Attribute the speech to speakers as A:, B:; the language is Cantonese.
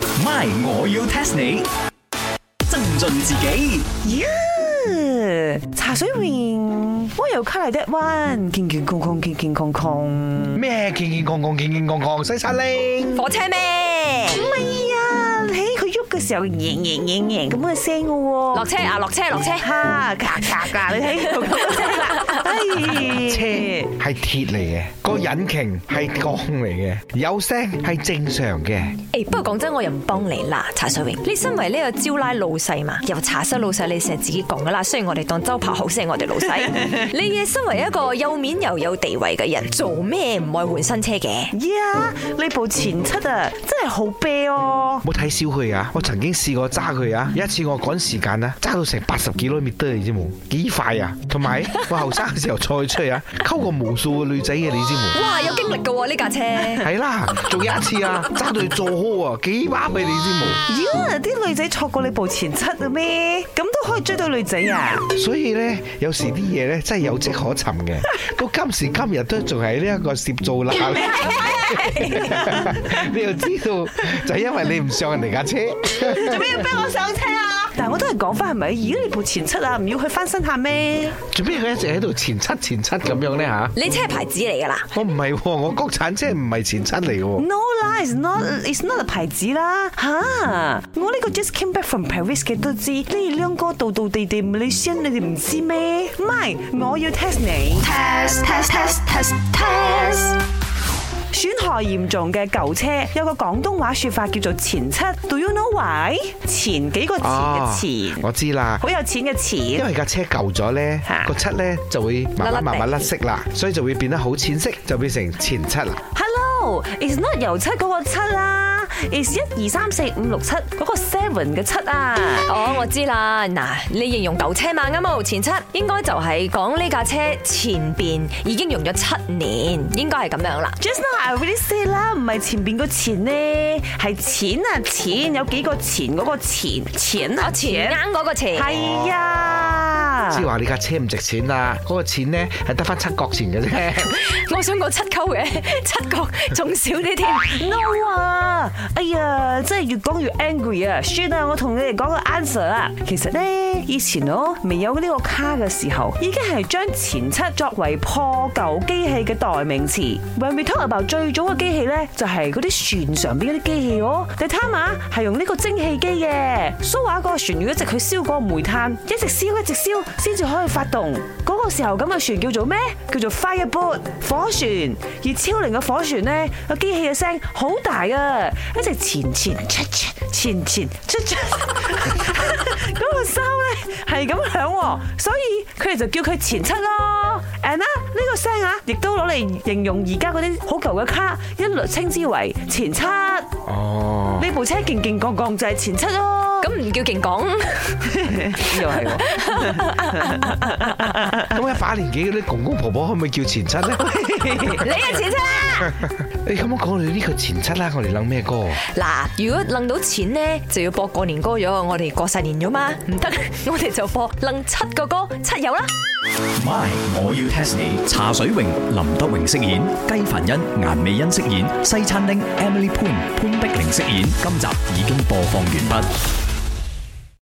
A: My，我要 test 你。增進自己，
B: Yeah，茶水榮，Why you call like that one？健健康康，健健康康。唔
C: 咩健健康康，健健康康，西沙拎。
D: 火車咩？
B: 係啊，喺佢喐嘅時候，贏贏贏贏咁嘅聲嘅喎。
D: 落車啊！落車落車。
B: 哈，咔咔咔，你睇度咁嘅聲啦。
C: 車
B: 哎
C: 係鐵嚟嘅，個引擎係鋼嚟嘅，有聲係正常嘅。
D: 誒，不過講真，我又唔幫你啦，茶水榮。你身為呢個招拉老細嘛，由茶室老細你成日自己講噶啦。雖然我哋當周柏豪先係我哋老 細，你嘅身為一個有面又有地位嘅人，做咩唔愛換新車嘅？
B: 呀，你部前七啊，真係好啤哦。
C: 冇睇小佢啊！我曾經試過揸佢啊，有一次我趕時間啊，揸到成八十幾 km 你知冇？幾快啊！同 埋我後生嘅時候再出去啊，溝過無數嘅女仔嘅，你知冇？
D: 哇，有經歷噶喎呢架車。
C: 係啦，仲有一次啊，揸到去做開啊，幾巴閉你知
B: 呀，啲女仔錯過你部前七嘅咩？咁都可以追到女仔啊？
C: 冇？所以咧，有時啲嘢咧真係有跡可尋 嘅。到今時今日都仲係呢一個涉做啦，你又知道就係因為你唔上人哋架車。
B: 做咩要逼我上車啊？但係我都係講翻係咪？咦，你部前七啊，唔要去翻身下咩？
C: 做咩佢一直喺度前七前七咁樣咧吓？
D: 你車牌子嚟噶啦，
C: 我唔係喎，我國產車唔係前七嚟嘅喎。
B: No lah, it's not, it's not a 牌子啦吓！我呢個 just came back from Paris 嘅都知，呢兩個道道地地 Malaysian 你哋唔知咩？唔係，我要 test 你。
E: test test test test test
B: 損害嚴重嘅舊車有個廣東話説法叫做前七，Do you know why？前幾個錢嘅
C: 啊
B: 錢，
C: 我知啦
B: 好。有錢嘅
C: 因
B: 錢。
C: 為架車舊咗咧
B: 嚇，
C: 個漆咧就會慢慢慢慢甩色啦，所以就會變得好淺色，就變成前漆啦。
B: Hello，it's not 油漆嗰個七啦，it's 一二三四五六七嗰個 seven 嘅七啊。
D: 哦，我知啦。嗱，你形容舊車嘛，啱冇？前七應該就係講呢架車前邊已經用咗七年，應該係咁樣啦。
B: Just now I really say 啦，唔係前邊個錢呢，係錢啊錢，有幾個錢嗰個錢錢啊
D: 我前啱嗰個前。
B: 係啊，
C: 即係話你架車唔值錢啦，嗰個錢咧係得翻七角錢嘅 啫。
D: 我想講七溝嘅， 七角仲少啲添。
B: no 啊，哎呀，真係越講越 angry 啊！Shit 啊，我同你哋講個 answer 啦。其實呢，以前我未有呢個卡嘅時候，已經係將前七作為破舊機器嘅代名詞。When we talk about 最早嘅機器呢，就係嗰啲船上邊嗰啲機器哦。你睇下係用呢個蒸汽機嘅，蘇話嗰個船要一直去燒嗰個煤炭，一直燒一直燒先至可以發動。嗰個時候咁嘅船叫做咩？叫做 fireboat 火船。而超齡嘅火船呢，個機器嘅聲好大啊，一直前前出出前前出 出，嗰個收呢係咁響喎，所以佢哋就叫佢前七咯。And 啦，呢個聲啊，亦都攞嚟形容而家嗰啲好舊嘅卡，一律稱之為前七。
C: 哦，
B: 呢部車勁勁杠杠就係前七咯。
D: 咁唔叫勁講，
B: 又係喎。
C: 咁一把年紀嗰啲公公婆婆可唔可以叫前七咧？
D: 你係前七啦。
C: 你咁樣講，你呢個前七啦，我哋諗咩歌啊？
D: 嗱，如果楞到錢呢，就要播過年歌咗，我哋過晒年咗嘛，唔得，我哋就播楞七個歌，七友啦。
A: My，我要 test 你。茶水榮、林德榮飾演，雞凡欣、顏美欣飾演，西餐廳 Emily Poon 潘碧玲飾演。今集已經播放完畢。